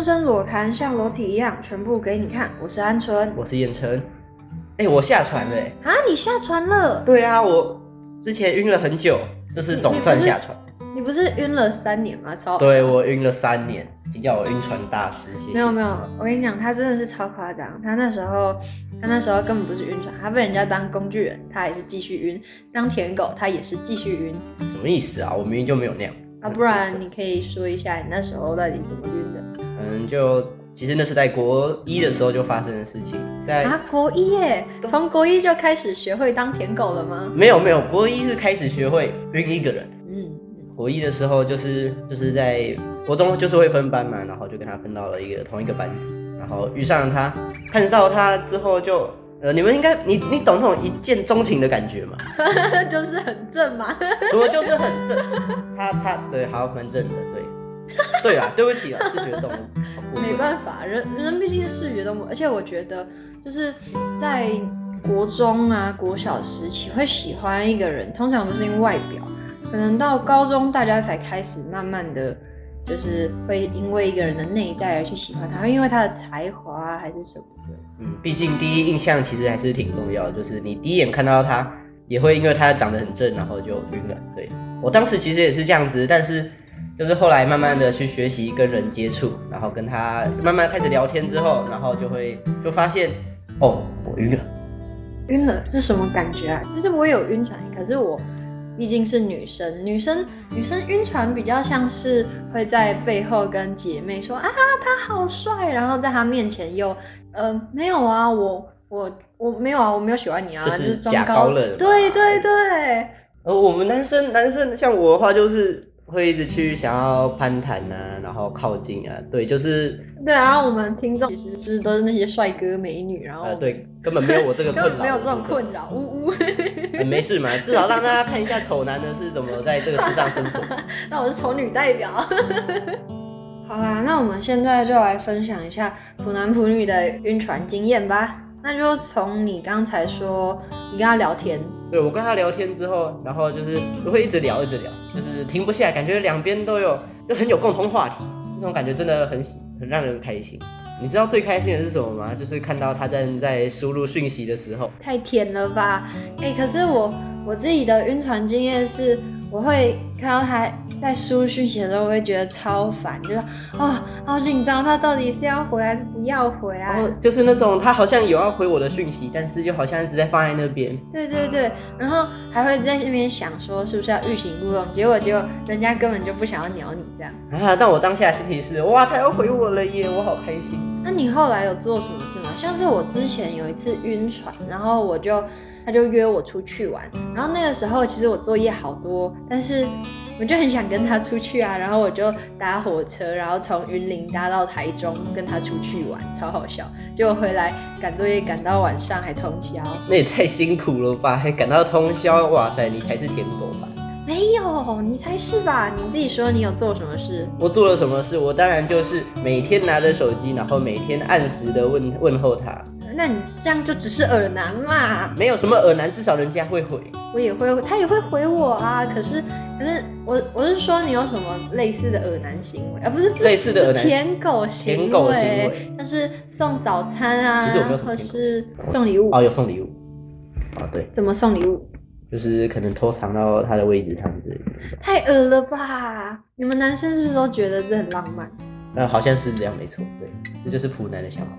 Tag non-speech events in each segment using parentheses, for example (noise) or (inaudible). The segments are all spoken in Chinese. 身裸谈，像裸体一样，全部给你看。我是鹌鹑我是燕城。哎、我下船了、欸。啊，你下船了？对啊，我之前晕了很久，这次总算下船。你不是哦晕了三年吗？超对我晕了三年，请叫我晕船大师。谢谢没有没有，我跟你讲，他真的是超夸张。他那时候，他那时候根本不是晕船，他被人家当工具人，他也是继续晕；当舔狗，他也是继续晕。什么意思啊？我明明就没有那样子啊，不然你可以说一下你那时候到底怎么晕的？嗯，就其实那是在国一的时候就发生的事情，在、啊，国一耶，对从国一就开始学会当舔狗了吗？没有没有国一是开始学会晕一个人。 (laughs) 嗯， (laughs) 国一的时候就是就是在国中就是会分班嘛，然后就跟他分到了一个同一个班级，然后遇上了他，看到他之后就呃，你们应该你你懂那种一见钟情的感觉吗？就是很正嘛。什么就是很 (laughs) 正，他他对好蛮正的，对对啦，对不起啊，视觉动物，好过分没办法，人人毕竟是视觉动物，而且我觉得就是在国中啊、国小时期会喜欢一个人，通常都是因为外表，可能到高中大家才开始慢慢的。就是会因为一个人的内在而去喜欢他，会因为他的才华啊，还是什么的。嗯，毕竟第一印象其实还是挺重要的，就是你第一眼看到他，也会因为他长得很正，然后就晕了。对我当时其实也是这样子，但是就是后来慢慢的去学习跟人接触，然后跟他慢慢开始聊天之后，然后就会就发现，哦，我晕了。晕了是什么感觉啊？其实我有晕船，可是我毕竟是女生，女生女生晕船比较像是会在背后跟姐妹说啊他好帅，然后在他面前又呃没有啊我我我没有啊我没有喜欢你啊，就是是装假高高冷嘛对对对，呃，我们男生男生像我的话，就是会一直去想要攀谈啊，然后靠近啊，对，就是对啊，然后我们听众其实就是都是那些帅哥美女，然后、呃，对，根本没有我这个哦 (laughs) 根困本扰，没有这种困扰，呜呜。呃没事嘛，至少让大家看一下丑男的是怎么在这个世上生存。 (laughs) 那我是丑女代表。 (laughs) 好啦，那我们现在就来分享一下普男普女的晕船经验吧。那就从你刚才说你跟他聊天，对我跟他聊天之后，然后就是会一直聊，一直聊，就是停不下来，感觉两边都有，就很有共同话题，那种感觉真的很喜，很让人开心。你知道最开心的是什么吗？就是看到他正在输入讯息的时候，太甜了吧？哎、可是我我自己的晕船经验是，我会看到他在输讯息的时候，我会觉得超烦，就是哦，好紧张，他到底是要回还是不要回啊？然后就是那种他好像有要回我的讯息，但是又好像一直在放在那边。对对对，然后还会在那边想说是不是要欲擒故纵，结果结果人家根本就不想要鸟你这样。啊！但我当下的心情是，哇，他要回我了耶，我好开心。那你后来有做什么事吗？像是我之前有一次晕船，然后我就他就约我出去玩，然后那个时候其实我作业好多，但是我就很想跟他出去啊，然后我就搭火车，然后从云林搭到台中跟他出去玩，超好笑。结果回来赶作业赶到晚上还通宵，那也太辛苦了吧，还赶到通宵，哇塞，你才是舔狗吧？没有，哦你才是吧？你自己说你有做什么事？我做了什么事？我当然就是每天拿着手机，然后每天按时的问问候他，那你这样就只是耳男嘛？没有什么耳男，至少人家会回。我也会，他也会回我啊。可是，可是我我是说，你有什么类似的耳男行为？啊，不是不是类似的耳男舔狗行为，舔狗行为像是送早餐啊，其实我没有什么舔狗或是送礼物。哦，有送礼物。哦，对，怎么送礼物？就是可能偷藏到他的位置上之类的那种。太恶了吧！你们男生是不是都觉得这很浪漫？那好像是这样，没错，对，这就是普男的想法。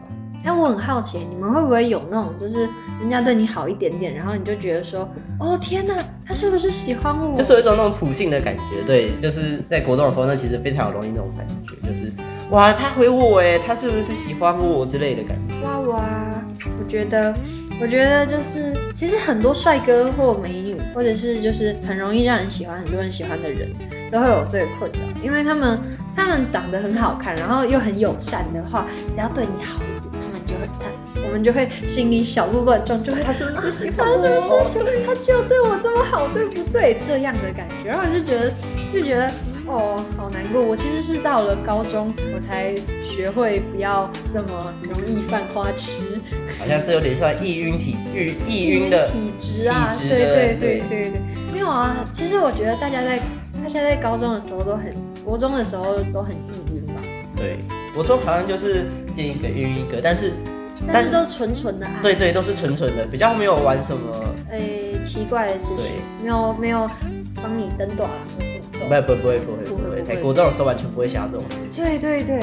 哎，我很好奇，你们会不会有那种，就是人家对你好一点点，然后你就觉得说，哦天哪，他是不是喜欢我？就是有一种那种普性的感觉，对，就是在国中的时候，那其实非常有容易那种感觉，就是哇，他回我哎，他是不是喜欢我之类的感觉？哇哇，我觉得，我觉得就是，其实很多帅哥或美女，或者是就是很容易让人喜欢、很多人喜欢的人，都会有这个困扰，因为他们他们长得很好看，然后又很友善的话，只要对你好一点，他们就会他我们就会心里小鹿乱撞，就会他是不是喜他欢是不是我？喜欢他就对我这么好，对不对？这样的感觉，然后我就觉得就觉得哦，好难过。我其实是到了高中，我才学会不要这么容易犯花痴，好像这有点像易晕体易易晕的体质啊，体对质的对对对对对，没有啊。其实我觉得大家在大家在高中的时候都很，国中的时候都很抑郁吧。对，国中好像就是见一个晕一个，但是但是都纯纯的爱，对对都是纯纯的，比较没有玩什么，诶，奇怪的事情，没有没有帮你登短廊的步骤不。会不会不会不会不会不会，不在会国中的时候完全不会想到这种事情。对对对，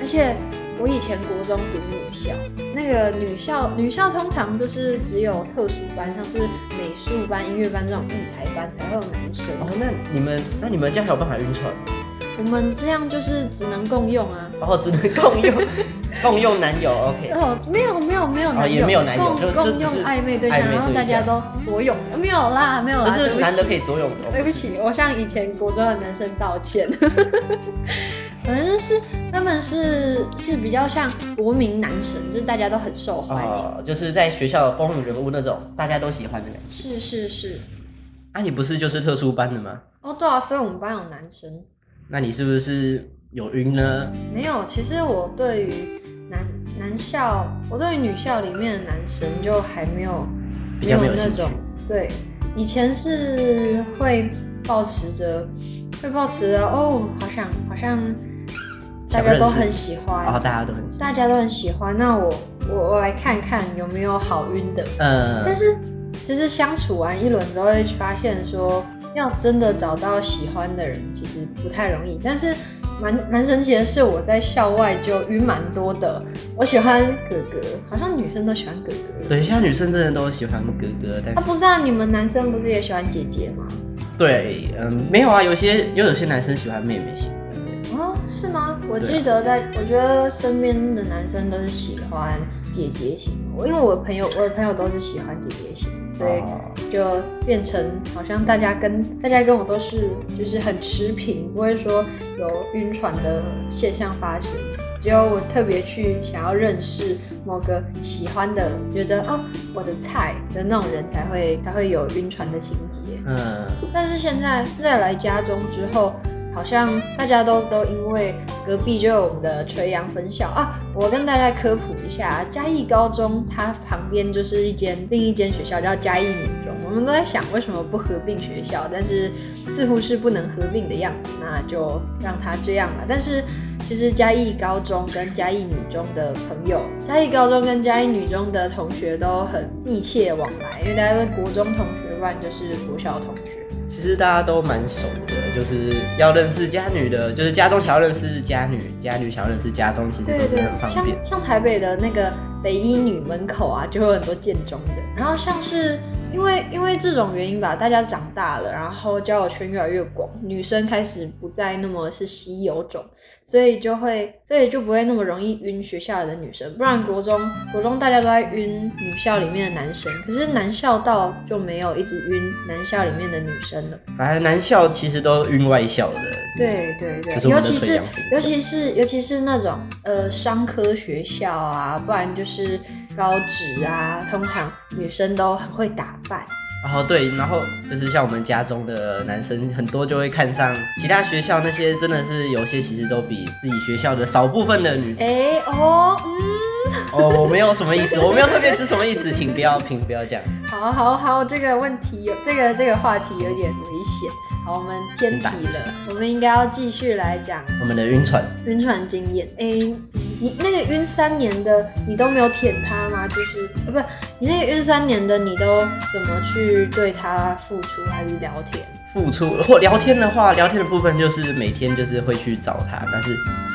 而且我以前国中读女校，那个女校女校通常就是只有特殊班，像是美术班、音乐班这种艺才班才会有男生。哦，那你们那你们这样还有办法晕船吗？我们这样就是只能共用啊。然后只能共用 (laughs) 共用男友，OK。 (laughs) 哦，没有没有没有哦男友，也没有男友共就就共只用是暧昧对象，暧昧然后对大家都裸泳，没有啦没有就啦，是男的可以。以左右哦对不起，我向以前国中的男生道歉。 (laughs) 反正是他们是是比较像国民男神，就是大家都很受欢迎。哦，就是在学校风云人物那种大家都喜欢的人。是是是，啊，你不是就是特殊班的吗？哦对啊，所以我们班有男生。那你是不是有晕呢？没有，其实我对于男男校，我对于女校里面的男生就还没有比较没有那兴趣种对，以前是会抱持着会抱持着哦，好想好像大想家都认识很喜欢，然后哦大家都很喜欢，大家都很喜欢，那我我我来看看有没有好晕的，但嗯，是其实相处完一轮之后，会发现说，要真的找到喜欢的人，其实不太容易。但是蛮蛮神奇的是，我在校外就晕蛮多的。我喜欢哥哥，好像女生都喜欢哥哥。，对，现在女生真的都喜欢哥哥，但啊，是不知道你们男生不是也喜欢姐姐吗？对，嗯，没有啊，有些又有些男生喜欢妹妹型的，哦，是吗？我对啊记得在，我觉得身边的男生都是喜欢姐姐型的，我因为我朋友我的朋友都是喜欢姐姐型，所以。哦就变成好像大家跟大家跟我都是就是很持平，不会说有晕船的现象发生。只有我特别去想要认识某个喜欢的，觉得哦我的菜的那种人才会才会有晕船的情节。嗯，但是现在在来家中之后，好像大家都都因为隔壁就有我们的垂杨分校啊，我跟大家科普一下，嘉义高中它旁边就是一间另一间学校叫嘉义女中，我们都在想为什么不合并学校，但是似乎是不能合并的样子，那就让它这样吧。但是其实嘉义高中跟嘉义女中的朋友，嘉义高中跟嘉义女中的同学都很密切往来，因为大家都是国中同学，不然就是国小同学。其实大家都蛮熟的，就是要认识家女的，就是家中想要认识家女，家女想要认识家中，其实对都是对很，方像便。像台北的那个北一女门口啊，就会有很多建中的。然后像是因为因为这种原因吧，大家长大了，然后交友圈越来越广，女生开始不再那么是稀有种，所以就会所以就不会那么容易晕学校的女生。不然国中国中大家都在晕女校里面的男生，可是男校到就没有一直晕男校里面的女生了。反正男校其实都晕外校的，对对对，嗯就是我尤们的其水是养品尤其是尤其是那种呃商科学校啊，不然就是高职啊，通常女生都很会打扮。然后对，然后就是像我们家中的男生，很多就会看上其他学校那些，真的是有些其实都比自己学校的少部分的女。哎哦，嗯，哦，我没有什么意思，我没有特别指什么意思，请不要，请不要这样，好好好，这个问题有这个这个话题有点危险。好，我们偏题了，我们应该要继续来讲我们的晕船。晕船经验。哎、你那个晕三年的，你都没有舔他吗？就是呃，不是，你那个晕三年的，你都怎么去对他付出还是聊天？付出或聊天的话，聊天的部分就是每天就是会去找他，但是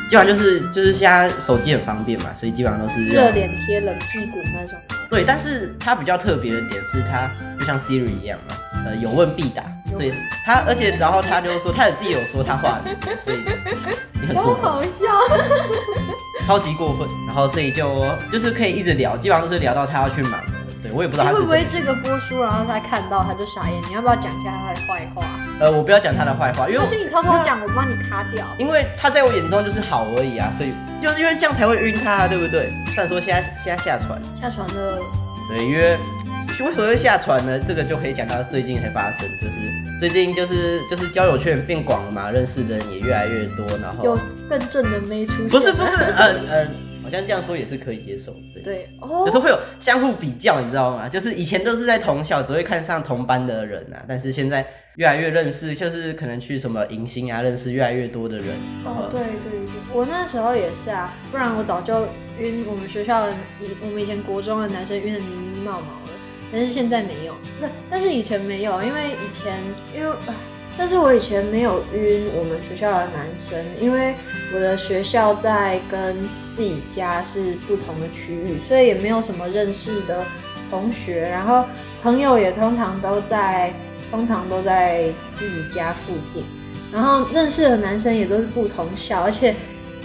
基本上就是就是现在手机很方便嘛，所以基本上都是用热脸贴冷屁股那种，对，但是它比较特别的点是它就像 Siri 一样嘛，呃，有问必答，所以它而且然后他就说他也自己有说他话里，所以你很哦过分，笑。超级过分，然后所以就就是可以一直聊，基本上就是聊到他要去忙了，对我也不知道他是会怎不么哎会，这个播出，然后他看到他就傻眼？你要不要讲一下他的坏话？呃，我不要讲他的坏话，因为要我是你偷偷讲，我帮你卡掉。因为他在我眼中就是好而已啊，所以就是因为这样才会晕他、啊，对不对？虽然说现在现在下船，下船了，对，因为为什么会下船呢？这个就可以讲到最近才发生，就是最近就是就是交友圈变广了嘛，认识的人也越来越多，然后有更正的妹出现。不是不是，呃呃，好像这样说也是可以接受，对。对有哦时，候会有相互比较，你知道吗？就是以前都是在同校，只会看上同班的人啊，但是现在越来越认识，就是可能去什么迎新啊，认识越来越多的人。然后哦，对对对，我那时候也是啊，不然我早就晕我们学校的以我们以前国中的男生晕的迷迷冒冒了，但是现在没有。那但是以前没有，因为以前因为、呃但是我以前没有晕我们学校的男生，因为我的学校在跟自己家是不同的区域，所以也没有什么认识的同学，然后朋友也通常都在通常都在自己家附近。然后认识的男生也都是不同校，而且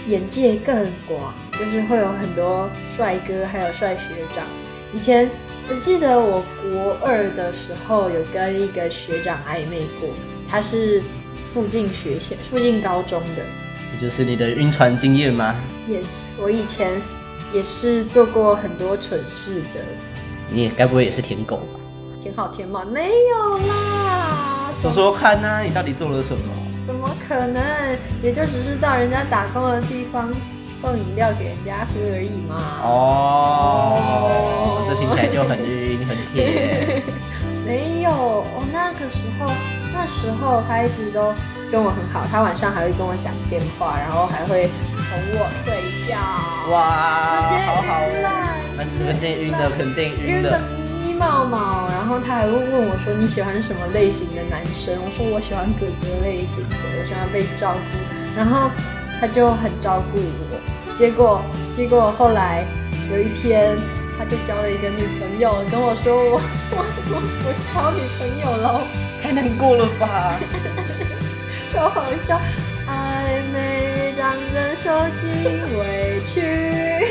眼界更广，就是会有很多帅哥，还有帅学长。以前我记得我国二的时候有跟一个学长暧昧过，他是附近学校、附近高中的。这就是你的晕船经验吗？ Yes，我以前也是做过很多蠢事的，你也该不会也是舔狗吧？挺好舔嘛，没有啦，说说看呐、啊你到底做了什么？怎么可能？也就只是到人家打工的地方送饮料给人家喝而已嘛。哦，这听起来就很晕很 (laughs) 舔。没有，我那个时候，那时候他一直都跟我很好，他晚上还会跟我讲电话，然后还会哄我睡觉。哇，我先好好晕了哦！那你肯定晕了，肯定晕晕的了。咪毛毛，然后他还会问我说你喜欢什么类型的男生？我说我喜欢哥哥类型的，我想要被照顾。然后他就很照顾我，结果结果后来有一天他就交了一个女朋友，跟我说我我我我交女朋友了，太难过了吧？超好笑。暧昧让人受尽委屈，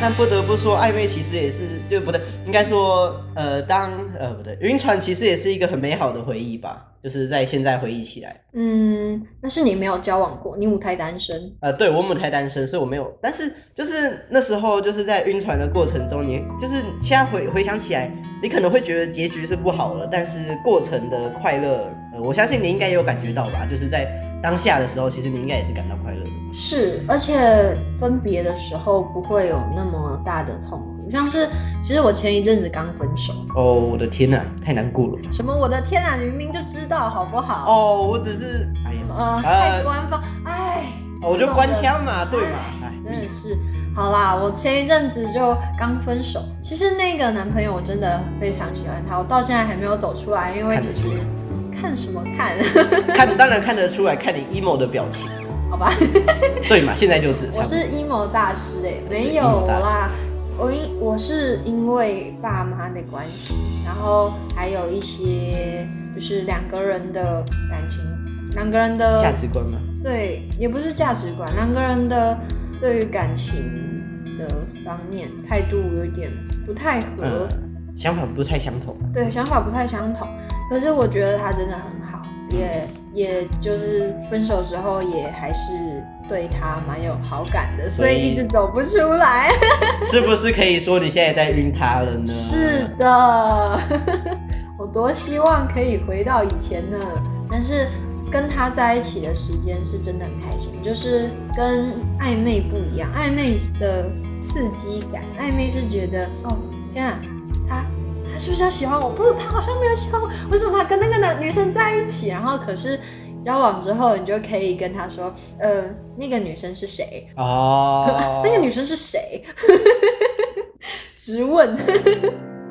但不得不说，暧昧其实也是，就不对，应该说，呃，当呃不对，晕船其实也是一个很美好的回忆吧，就是在现在回忆起来。嗯，那是你没有交往过，你母胎单身。呃，对我母胎单身，所以我没有。但是就是那时候就是在晕船的过程中，你就是现在回回想起来，你可能会觉得结局是不好了，但是过程的快乐，呃，我相信你应该也有感觉到吧？就是在当下的时候，其实你应该也是感到快乐的。是，而且分别的时候不会有那么大的痛苦，像是其实我前一阵子刚分手，哦，我的天呐、太难过了。什么我的天啊，你明明就知道好不好？哦，我只是，哎呀，哦呃，太官方，哎，我就关枪嘛，这种对人嘛，哎哎，，真的是。好啦，我前一阵子就刚分手。其实那个男朋友我真的非常喜欢他，我到现在还没有走出来，因为看得其实出看什么看？ (laughs) 看当然看得出来，看你 emo 的表情，好吧，对嘛？现在就是，差我不多是 emo 大师哎、没对有 emo 大师啦，我因我是因为爸妈的关系，然后还有一些就是两个人的感情，两个人的价值观嘛。对，也不是价值观，两个人的对于感情的方面态度有点不太合，嗯，想法不太相同。对，想法不太相同。可是我觉得他真的很好，也也就是分手之后也还是对他蛮有好感的，所所以以一直走不出来。是不是可以说你现在在晕他了呢？是，的， (laughs) 我多希望可以回到以前呢。但是跟他在一起的时间是真的很开心，就是跟暧昧不一样，暧昧的刺激感，暧昧是觉得哦，天啊，他他是不是要喜欢我？不，他好像没有喜欢我，为什么他跟那个男女生在一起？然后可是交往之后，你就可以跟他说，呃，那个女生是谁？，哦那个女生是谁？ (laughs) 直问。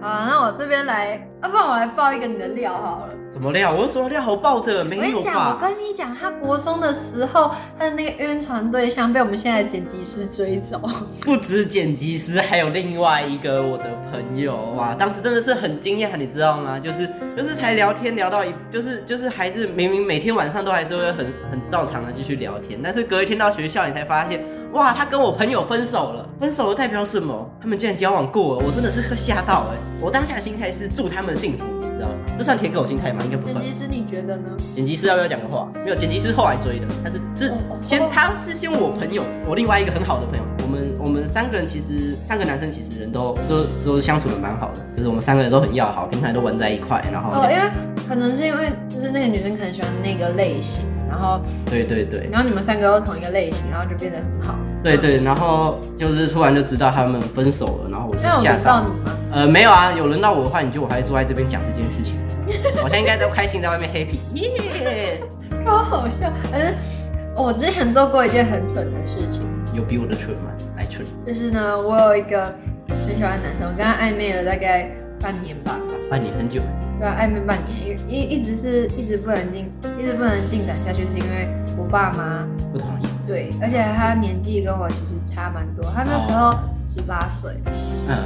好、啊，那我这边来，要、不然我来爆一个你的料好了。什么料？我有什么料好爆的？我没跟有你讲，我吧？跟你讲，他国中的时候，他的那个晕船对象被我们现在的剪辑师追走。不止剪辑师，还有另外一个我的朋友哇，当时真的是很惊讶，你知道吗？就是就是才聊天聊到一，就是就是还是明明每天晚上都还是会很很照常的继续聊天，但是隔一天到学校，你才发现哇，他跟我朋友分手了。分手了代表什么？他们竟然交往过了，我真的是吓到哎、我当下的心态是祝他们幸福，你知道吗？这算舔狗心态吗？应该不剪算辑。师，你觉得呢？剪辑师要不要讲个话？没有，剪辑师后来追的，他是是哦哦先他是先我朋友，我另外一个很好的朋友，我们我们三个人其实三个男生其实人都都都相处的蛮好的，就是我们三个人都很要好，平常都玩在一块，然后、哦，因为可能是因为就是那个女生可能喜欢那个类型，然后对对对然后你们三个又同一个类型，然后就变得很好。对对，然后就是突然就知道他们分手了，然后我就那哦我吓轮到到你。吗？呃，没有啊，有轮到我的话，你觉得我还坐在这边讲这 (laughs) 件事情？我现在应该都开心，在外面 happy，耶、超好笑。反正我之前做过一件很蠢的事情， (laughs) 有比我的蠢吗？还蠢？就是呢，我有一个很喜欢的男生，我跟他暧昧了大概半年吧，半年很久，对啊，暧昧半年，一一一直是一直不能进，一直不能进展下去，是因为我爸妈不同意。对，而且他年纪跟我其实差蛮多，他那时候十八岁，嗯，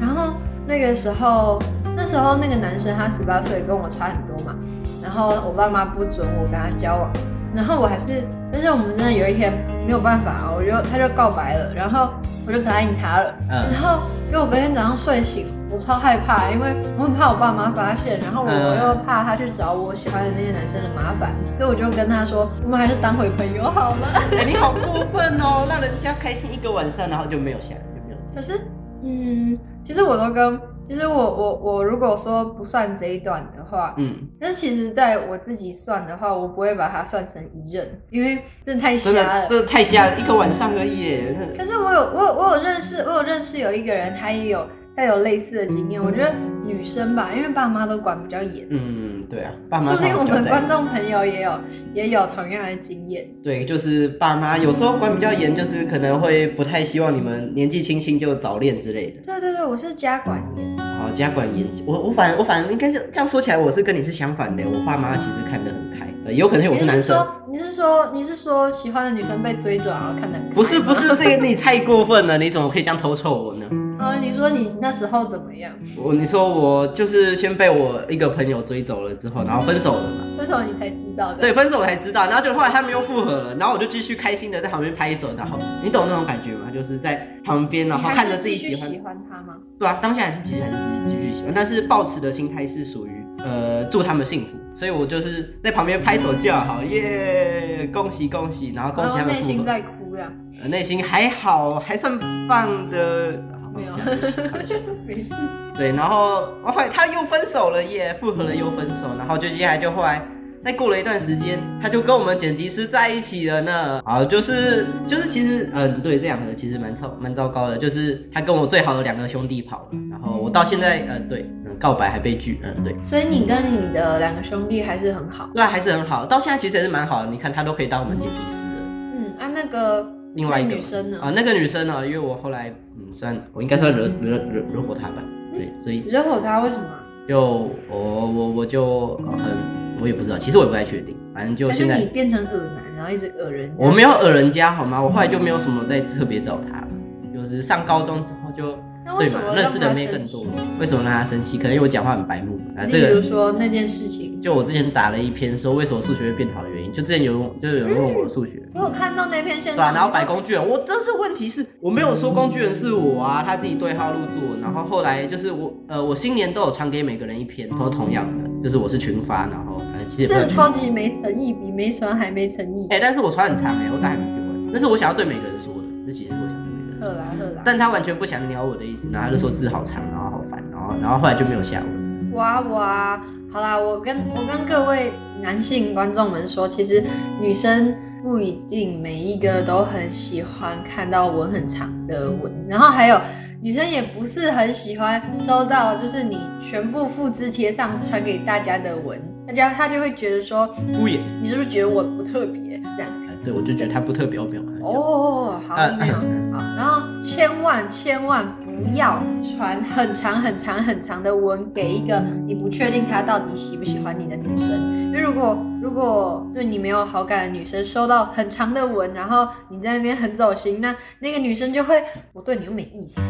然后那个时候，那时候那个男生他十八岁，跟我差很多嘛。然后我爸妈不准我跟他交往，然后我还是，但是我们真的有一天没有办法，我就他就告白了，然后我就答应他了。嗯然后因为我隔天早上睡醒，我超害怕，因为我很怕我爸妈发现，然后我嗯又怕他去找我喜欢的那个男生的麻烦，所以我就跟他说，我们还是当回朋友好了。 (laughs) 哎你好过分 (laughs) 哦，让人家开心一个晚上，然后就没有下，就没有。可是，嗯，其实我都跟，其实我我我如果说不算这一段的话，嗯，但是其实在我自己算的话，我不会把它算成一任，因为真的太瞎真的，了。这太瞎了，一个晚上而已耶，真的可是我有我有我有认识，我有认识有一个人，他也有他有类似的经验。我觉得女生吧，因为爸妈都管比较严，嗯，对啊，爸妈说不定好我像比较们在意观众朋友也有也有同样的经验。对，就是爸妈有时候管比较严，就是可能会不太希望你们年纪轻轻就早恋之类的。对对对，我是家管严，哦，家管严，我我反我反应该是这样说起来，我是跟你是相反的。我爸妈其实看得很开，呃，有可能因为我是男生，你是说你是说你是说喜欢的女生被追着，然后看得很开不是吗不是，这个你太过分了，你怎么可以这样偷臭我呢？啊，你说你那时候怎么样？我你说我就是先被我一个朋友追走了之后，然后分手了嘛。为什么你才知道的？对，，分手才知道，然后就后来他们又复合了，然后我就继续开心的在旁边拍手，然后你懂那种感觉吗？就是在旁边，然后看着自己喜欢，喜欢他吗？对啊，当下还是其实还是继续喜欢，但是抱持的心态是属于呃祝他们幸福，所以我就是在旁边拍手叫好，耶，恭喜恭喜，然后恭然喜后他们哦内复心合，在哭呀，呃内心还好，还算棒的，好没有开玩笑开玩笑 (laughs) 没事。对，然后哦，后来他又分手了耶，复合了又分手，然后就接下来就后来。再过了一段时间，他就跟我们剪辑师在一起了呢。好，就是就是，其实嗯、对，这两个其实蛮糟蛮糟糕的，就是他跟我最好的两个兄弟跑了，然后我到现在嗯、对，嗯，告白还被拒，嗯、对，所以你跟你的两个兄弟还是很好。对啊，还是很好，到现在其实也是蛮好的。你看他都可以当我们剪辑师了。嗯，啊，那个另外一那个女生呢？啊，那个女生呢、因为我后来嗯，算我应该算惹惹惹惹火她吧，对，所以你惹火她为什么啊？就我我我就很，我也不知道，其实我也不太确定，反正就但是现你在变成恶男，然后一直恶人家。我没有讹人家好吗？我后来就没有什么再特别找他，就是上高中之后就那为对什嘛么，认让识她的妹更生多气？，为什么让他生气？可能因为我讲话很白目啊，这例如个。说那件事情，就我之前打了一篇说为什么数学会变好的原因，就之前有人问就有人问我数学，我有看到那篇现对动，啊，然后摆你说工具人，我但是问题是我没有说工具人是我啊，他自己对号入座。然后后来就是我，呃，我新年都有传给每个人一篇，都同样的，就是我是群发，然后反正其实也这不个是超级没诚意，比没传还没诚意哎、。但是我传很长哎、我打很久哎、那是我想要对每个人说的，这其实是我想对每个人说恶的，啦恶啦！但他完全不想鸟我的意思，然后他就说字好长，然后好烦，然后然后后来就没有下文。哇哇，好啦，我跟我跟各位男性观众们说，其实女生不一定每一个都很喜欢看到文很长的文，然后还有女生也不是很喜欢收到就是你全部复制贴上传给大家的文，大家她就会觉得说敷衍，你是不是觉得我不特别这样？呃对我就觉得他不特别，我没有办法讲。哦，好，嗯没有好，然后千万千万不要传很长很长很长的文给一个你不确定她到底喜不喜欢你的女生，因为如果如果对你没有好感的女生收到很长的文，然后你在那边很走心，那那个女生就会我对你又没意思，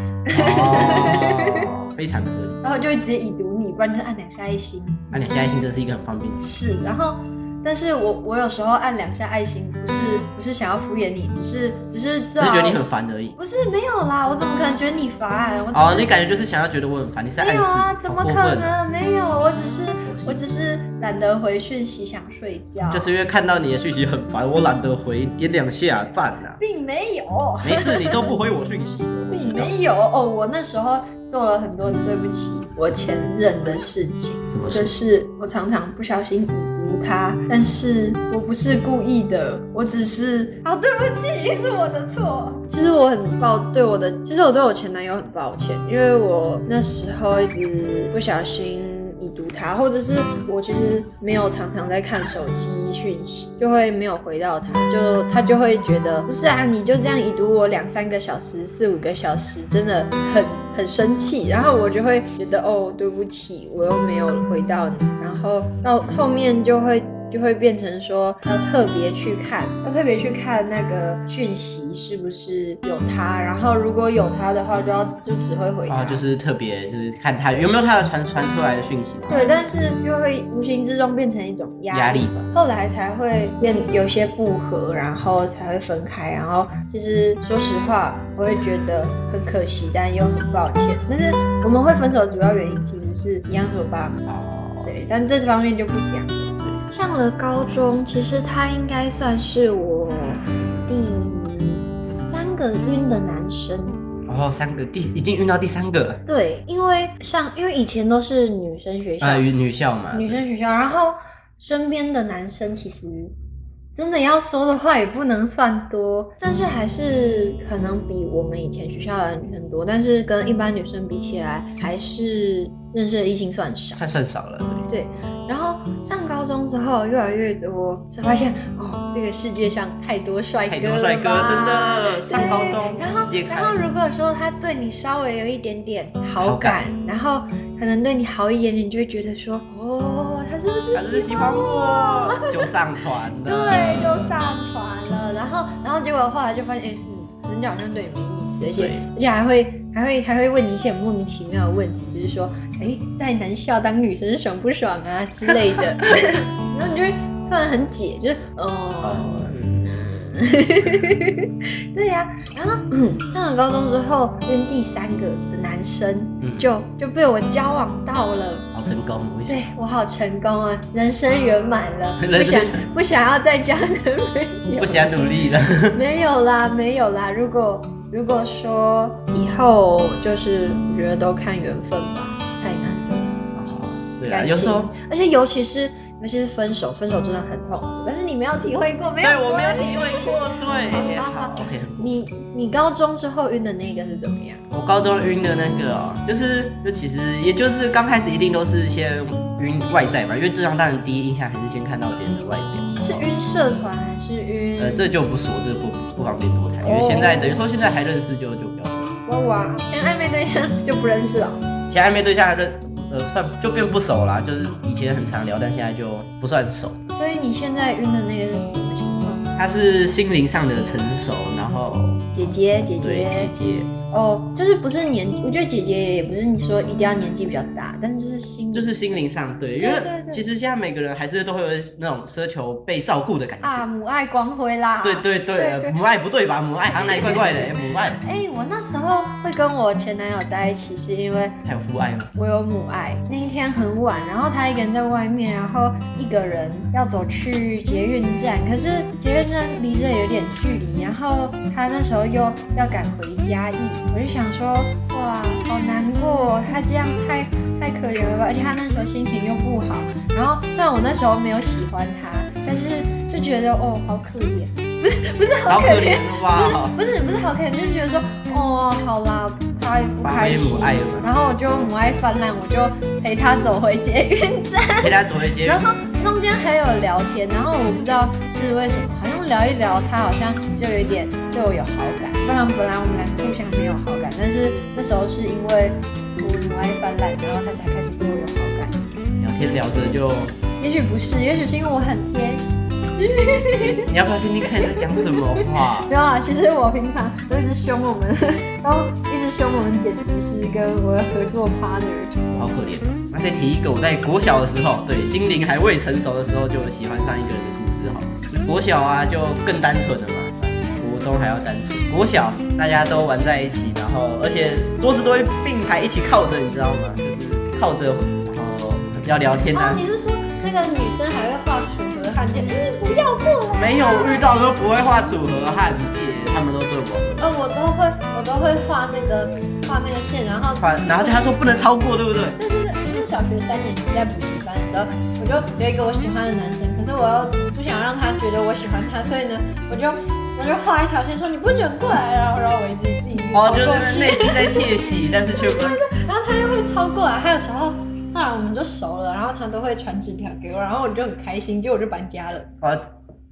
哦，非常合理。然后就会直接已读你，不然就是按两下爱心。啊，你现在心真是一个很方便的人。是，然后，但是我我有时候按两下爱心，不是不是想要敷衍你，只是只是只只是觉得你很烦而已。不是没有啦，我怎么可能觉得你烦？我只哦，是你感觉就是想要觉得我很烦，你是在没暗有示？啊，好怎么过可分啊？能没有？我只是我只是懒得回讯息，想睡觉，就是因为看到你的讯息很烦，我懒得回，点两下赞 (laughs) 啊。并没有，没事，你都不回我讯息的，我知并道。没有哦。我那时候做了很多对不起我前任的事情，怎么说就？是我常常不小心已读他，但是我不是故意的，我只是啊，对不起，是我的错。其实我很抱对我的，其实我对我前男友很抱歉，因为我那时候一直不小心已已读他，或者是我其实没有常常在看手机讯息，就会没有回到他，就他就会觉得不是啊，你就这样已读我两三个小时、四五个小时，真的很很生气。然后我就会觉得哦，对不起，我又没有回到你。然后到后面就会。就会变成说要特别去看，要特别去看那个讯息是不是有他，然后如果有他的话，就要就只会回他，啊，就是特别就是看他有没有他的传传出来的讯息嘛，对，但是就会无形之中变成一种压压力，力吧。后来才会变有些不和，然后才会分开。然后其实说实话，我会觉得很可惜，但又很抱歉。但是我们会分手的主要原因其实是一样是我爸妈，哦，对，但这方面就不讲了。上了高中，其实他应该算是我第三个晕的男生。然后哦三个第已经晕到第三个了，对，因为上因为以前都是女生学校，啊，女女校嘛，女生学校，然后身边的男生其实真的要说的话也不能算多，但是还是可能比我们以前学校的女生多，但是跟一般女生比起来，还是认识的异性算少。太算少了，对，然后上高中之后，越来越多，才发现哦，这个世界上太多帅哥太了多帅哥吧真的，对上高中然后也，看然后如果说他对你稍微有一点点好好感感，然后可能对你好一点点，你就会觉得说，哦，他是不是他是不是喜欢我？我， (laughs) 就上船了，对，就上船了。然后，然后结果后来就发现，哎、嗯，人家好像对你没意思，而且对而且还会还会还会问你一些很莫名其妙的问题，就是说，哎、在男校当女生爽不爽啊之类 (laughs) 的。然后你就会突然很解，就是哦。哦，嗯 (laughs) 对呀、然后上了高中之后，跟第三个的男生嗯就就被我交往到了，好成功，我也是对我好成功啊，人生圆满了，不 (laughs) 人生想不想要再交男朋友，不想努力了，没有啦，没有啦。如果如果说以后就是我觉得都看缘分吧，太难了。对啊，感有时候情。，而且尤其是尤其是分手，分手真的很痛苦，但是你没有体会过，没有对，我没有关系体会过。对，好好好好，OK。你你高中之后晕的那个是怎么样？我高中晕的那个哦，就是就其实也就是刚开始一定都是先晕外在嘛，因为这样当然第一印象还是先看到别人的外表。是晕社团还是晕？呃，这就不说，这不不方便多谈，哦因为现在等于说现在还认识就就不要说。哇哇，连暧昧对象就不认识了。其实暧昧对象还认呃算就变不熟啦，就是以前很常聊，但现在就不算熟。所以你现在晕的那个是什么情况？他是心灵上的成熟，然后姐姐，姐对姐姐，姐。哦，就是不是年纪，我觉得姐姐也不是你说一定要年纪比较大，但是就是心就是心灵上对，因对为对对其实现在每个人还是都会有那种奢求被照顾的感觉。啊母爱光辉啦。对。对对对对，母爱不对吧？母爱好像哪里怪怪的？哎母爱哎、我那时候会跟我前男友在一起，是因为还有父爱吗？我有母爱。那一天很晚，然后他一个人在外面，然后一个人要走去捷运站，可是捷运站离这有点距离，然后他那时候又要赶回嘉义，我就想说，哇，好难过哦，他这样太太可怜了吧，而且他那时候心情又不好，然后虽然我那时候没有喜欢他，但是就觉得哦，好可怜，不是不是好好可可怜怜。 (laughs) 哇！不是不是好看，就是觉得说，哦，好啦，他也不发开挥心母爱了，然后我就母爱泛滥，我就陪他走回捷运站，陪他走回捷运然，后中间还有聊天，然后我不知道是为什么，好像聊一聊，他好像就有一点对我有好感，不然本来我们俩互相没有好感，但是那时候是因为我母爱泛滥，然后他才开始对我有好感，聊天聊着就，也许不是，也许是因为我很贴心。你要不要听听看你在讲什么话？没有啊，其实我平常都一直凶我们， (laughs) 然后一直凶我们剪辑师跟我的合作 partner。好可怜。那再提一个，我在国小的时候，对心灵还未成熟的时候，就喜欢上一个人的故事哈。国小啊，就更单纯了嘛，比国中还要单纯。国小大家都玩在一起，然后而且桌子都会并排一起靠着，你知道吗？就是靠着，然后要聊天哦啊，。你是说那个女生还会画楚河汉界？嗯，不要过来。没有遇到都不会画组合汉界，他们都对我。呃，我都会，我都会画那个画那个线，然后反然后就他说不能超过，对不对？就是就是小学三年级在补习班的时候，我就有一个我喜欢的男生，可是我又不想让他觉得我喜欢他，所以呢，我就我就画一条线说你不准过来，然后然后我一直自己哦，就走过是去内心在窃喜，但是却不啊然后他又会超过来，还有时候他后来我们就熟了，然后他都会传纸条给我，然后我就很开心，结果我就搬家了，啊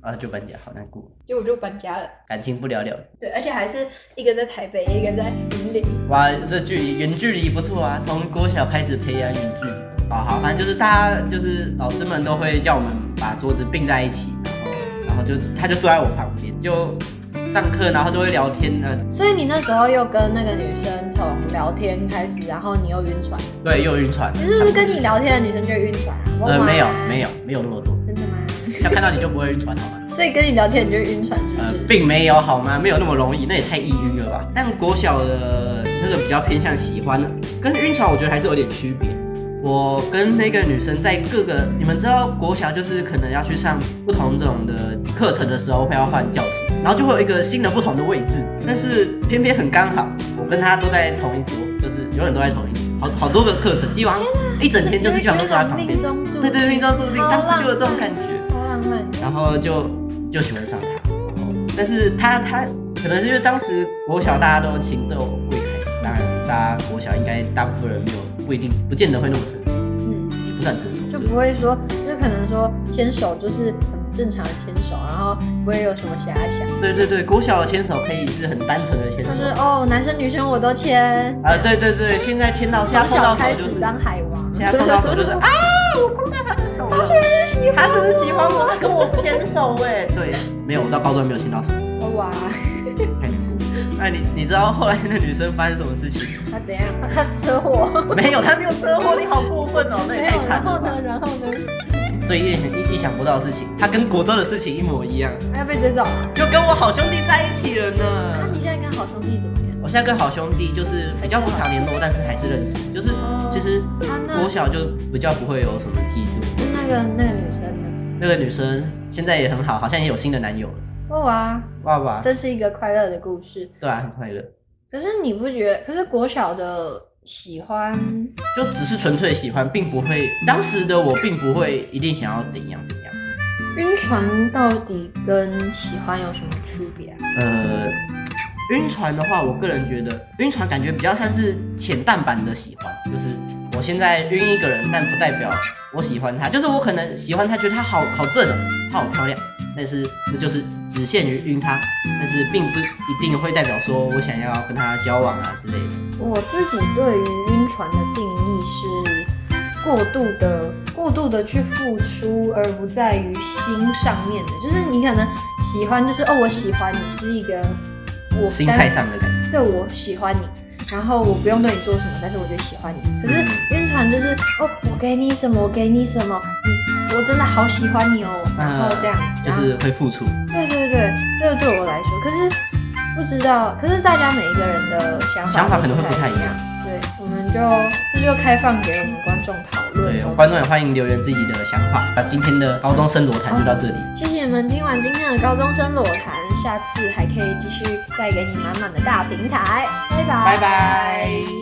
啊，就搬家，好难过，结果我就搬家了。感情不了了之。对，而且还是一个在台北，一个在云林。哇，这距离远距离不错啊，从国小开始培养远距离。哦，好，反正就是大家就是老师们都会叫我们把桌子并在一起，然后然后就他就坐在我旁边，就上课然后就会聊天呃，所以你那时候又跟那个女生从聊天开始，然后你又晕船，对，又晕船。你是不是跟你聊天的女生就会晕船啊？呃，没有没有，有没有那么多，真的吗？像看到你就不会晕船好吗？所以跟你聊天你就会晕船，是不呃是？，并没有好吗？没有那么容易，那也太易晕了吧？但国小的那个比较偏向喜欢，跟晕船我觉得还是有点区别。我跟那个女生在各个，你们知道国小就是可能要去上不同种的课程的时候会要换教室，然后就会有一个新的不同的位置，但是偏偏很刚好，我跟她都在同一桌，就是永远都在同一桌，好好多个课程，基本上一整天就是基本上都坐在旁有一边种命，中注定，对对，命中注定，超当时就有这种浪漫感觉。好浪漫。然后就就喜欢上他。但是他他可能是因为当时国小大家都情窦未开，当然大家国小应该大部分人没有不一定不见得会那么成熟，嗯，也不是很成熟，就就不会说，就是可能说牵手就是很正常的牵手，然后不会有什么遐想，对对对，国小的牵手可以是很单纯的牵就是手。哦，男生女生我都牵，啊，对对对，现在牵到现在从碰小到开手就是始，当海王。现在碰到 (laughs) 手就是啊，我碰到他的手了，他是不是喜欢我？他跟我牵手哎、对，没有，我到高中没有牵到手，哇，太难过了。那你你知道后来那女生发生什么事情吗？他怎样？他他车祸。没有，他没有车祸，你好过分哦，那没也太有，惨然后了吧呢？。然后呢？最令人意想不到的事情，他跟国中的事情一模一样，还要被追走啊？又跟我好兄弟在一起了那你呢。现在跟好兄弟怎么样？我现在跟好兄弟就是比较不常联络，但是还是认识。就是哦其实啊那国小就比较不会有什么嫉妒。那个那个女生呢？那个女生现在也很好，好像也有新的男友了。哦哇，哇哇，这是一个快乐的故事。对啊，很快乐。可是你不觉得？可是国小的喜欢，就只是纯粹喜欢，并不会当时的我并不会一定想要怎样怎样。晕船到底跟喜欢有什么区别啊？呃，晕船的话，我个人觉得晕船感觉比较像是浅淡版的喜欢，就是我现在晕一个人，但不代表我喜欢他，就是我可能喜欢他，觉得他好好正哦，她好漂亮，但是那就是只限于晕他，但是并不一定会代表说我想要跟他交往啊之类的。我自己对于晕船的定义是过度的、过度的去付出，而不在于心上面的。就是你可能喜欢，就是哦，我喜欢你是一个我心态上的感觉，对我喜欢你，然后我不用对你做什么，但是我就喜欢你。可是晕船就是哦，我给你什么，我给你什么，你我真的好喜欢你哦，然后这样子，啊就然后是会付出。对对对，这个对我来说，可是不知道，可是大家每一个人的想法想法可能会不不太一样。对，我们就这就开放给我们观众讨论对，哦。观众也欢迎留言自己的想法。那今天的高中生罗谈就到这里，谢谢你们听完今天的高中生裸谈，下次还可以继续带给你满满的大平台，拜拜，拜拜。